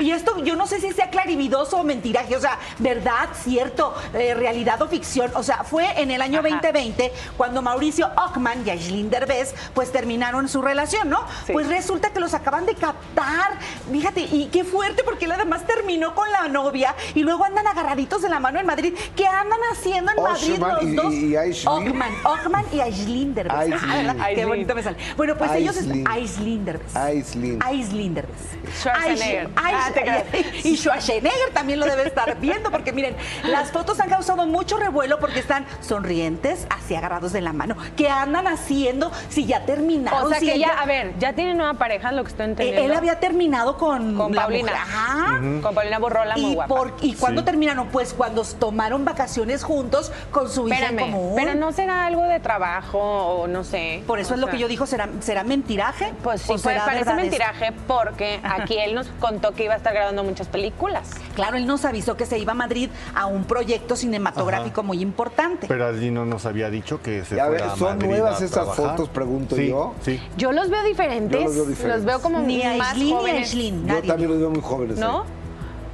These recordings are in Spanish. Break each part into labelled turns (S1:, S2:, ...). S1: y esto yo no sé si sea clarividoso o mentiraje, o sea, verdad, cierto, eh, realidad o ficción. O sea, fue en el año
S2: Ajá.
S1: 2020 cuando Mauricio Ockman y Aislinn Derbez pues terminaron su relación, ¿no?
S2: Sí.
S1: Pues resulta que los acaban de captar. Fíjate, y qué fuerte porque él además terminó con la novia y luego andan agarraditos de la mano en Madrid. ¿Qué andan haciendo en Madrid
S3: Ockman
S1: los
S3: Oh, y-
S1: dos?
S3: y Aislinn.
S1: Ockman, Ockman y Aislinn Derbez.
S3: Aislinn.
S1: Ah, ¿verdad? Qué
S2: Aislinn.
S1: bonito me sale. Bueno, pues ellos es
S3: Aislinn.
S1: Aislinn Derbez.
S3: Aislinn.
S1: Aislinn Derbez.
S2: Schwarzenegger.
S1: Aish- Aish-
S2: Ah, te creas.
S1: y Schwarzenegger también lo debe estar viendo, porque miren, las fotos han causado mucho revuelo porque están sonrientes, así agarrados de la mano. ¿Qué andan haciendo si ya terminaron?
S2: O sea
S1: Si
S2: que
S1: ella-
S2: ya, a ver, ya tiene nueva pareja, es lo que estoy
S1: Eh,
S2: entendiendo.
S1: Él había terminado con,
S2: Con
S1: la
S2: Paulina.
S1: mujer. Ajá.
S2: Con Paulina Borrola, muy
S1: ¿Y,
S2: guapa.
S1: por, ¿Y cuándo terminaron? Pues cuando tomaron vacaciones juntos con su hija en
S2: Espérame,
S1: común.
S2: pero no será algo de trabajo o no sé.
S1: Por eso
S2: O
S1: es lo
S2: sea,
S1: que yo digo, ¿será, será mentiraje?
S2: Pues sí,
S1: ¿O
S2: pues,
S1: será
S2: parece
S1: verdad esto?
S2: mentiraje porque aquí él nos contó que iba a estar grabando muchas películas.
S1: Claro, él nos avisó que se iba a Madrid a un proyecto cinematográfico muy importante.
S4: Pero allí no nos había dicho que se
S3: Ya
S4: fuera
S3: ves,
S4: a
S3: ¿son
S4: Madrid
S3: nuevas
S4: a
S3: esas
S4: trabajar.
S3: fotos? Pregunto
S4: Sí,
S3: yo.
S4: Sí.
S2: Yo los veo diferentes.
S3: Yo los veo diferentes.
S2: los veo como
S1: Ni a
S2: más
S1: Aislinn ni a
S2: jóvenes,
S1: Aislinn,
S3: Yo
S1: nadie.
S3: también los veo muy jóvenes. eh.
S2: ¿no? O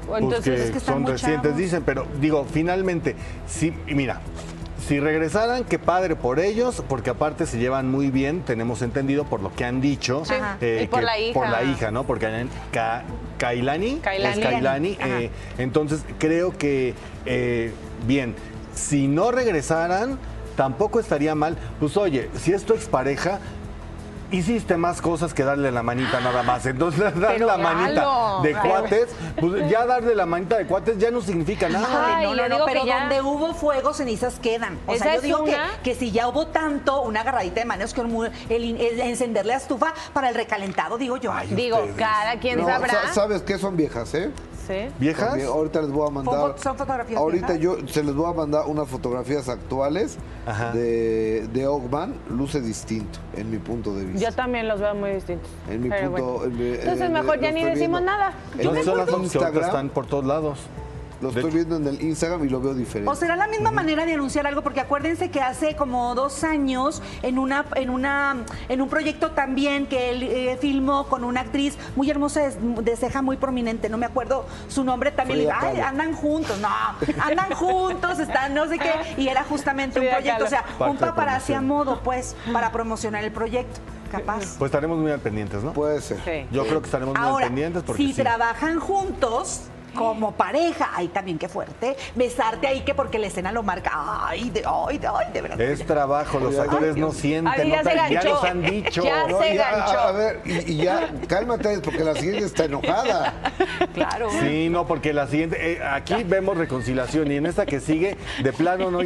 S4: Pues
S2: Entonces,
S4: que
S1: es que están
S4: son
S1: muy
S4: recientes,
S1: chavos.
S4: dicen, pero digo, finalmente, sí, y mira, si regresaran, qué padre por ellos, porque aparte se llevan muy bien, tenemos entendido por lo que han dicho. eh,
S2: Sí. Y por
S4: que-
S2: la hija.
S4: Por la hija, ¿no? Porque en- Ka- Kailani,
S2: Kailani.
S4: es Kailani,
S1: Ajá.
S4: eh, entonces creo que, eh, bien, si no regresaran, tampoco estaría mal. Pues oye, si es tu expareja... Hiciste más cosas que darle la manita nada más. Entonces, darle
S2: Pero
S4: la manita
S2: Galo,
S4: de
S2: pero-
S4: cuate cuates, pues, ya darle la manita de cuates ya no significa nada.
S2: Ay,
S1: no,
S2: le
S1: no, no,
S2: digo
S1: pero
S2: que ya-
S1: donde hubo fuego, cenizas quedan. O
S2: Esa
S1: sea, yo
S2: es
S1: digo que,
S2: una.
S1: que si ya hubo tanto, una agarradita de manos con mu- el, in- el encender la estufa para el recalentado, digo yo.
S4: Ay,
S2: digo,
S4: ustedes.
S2: cada quien
S3: No,
S2: sabrá.
S3: sa- ¿Sabes qué son viejas, eh?
S2: Sí.
S4: ¿Viejas?
S3: También, ahorita les voy a mandar.
S1: fo- son fotografías
S3: Ahorita
S1: viejas?
S3: yo se les voy a mandar unas fotografías actuales
S4: Ajá.
S3: de, de Ogman. Luce distinto, en mi punto de vista.
S2: Yo también los veo muy distintos.
S3: En mi
S2: Pero
S3: punto.
S2: bueno.
S3: en mi-
S2: Entonces,
S3: en-
S2: mejor
S3: lo
S2: ya ni
S3: estoy
S2: decimos
S3: viendo.
S2: nada.
S3: En
S4: No,
S3: el
S4: son las fotos que ahorita
S3: Instagram,
S4: están por todos lados.
S3: Lo
S4: De
S3: estoy
S4: hecho-
S3: viendo en el Instagram y lo veo diferente.
S1: O será la misma manera de anunciar algo, porque acuérdense que hace como dos años, en una, en una, en un proyecto también que él eh, filmó con una actriz muy hermosa de, de ceja muy prominente, no me acuerdo su nombre también. le digo,
S3: Frida
S1: Ay,
S3: Kahlo.
S1: andan juntos, no, andan juntos, están no sé qué, y era justamente un
S2: Frida
S1: proyecto, o sea,
S4: Kahlo.
S1: un
S4: Parte de
S1: paparazzi a
S4: promoción.
S1: modo, pues, para promocionar el proyecto, capaz.
S4: Pues estaremos muy al pendientes, ¿no?
S3: Puede ser.
S2: Sí.
S4: Yo creo que estaremos muy
S1: Ahora,
S4: al pendientes porque
S1: si
S4: sí.
S1: trabajan juntos como pareja, ay también qué fuerte, besarte ahí que porque la escena lo marca, ay, de, ay, de, ay, de verdad.
S4: es trabajo, los actores no sienten,
S2: Ay, ya
S4: no
S2: se
S4: te- ya
S2: ganchó.
S4: nos han dicho.
S2: Ya
S3: No,
S2: se
S3: y a-
S2: ganchó.
S3: A, a ver, y, y ya, cálmate, porque la siguiente está enojada.
S1: claro.
S4: Sí, no, porque la siguiente, eh, aquí vemos reconciliación y en esta que sigue, de plano no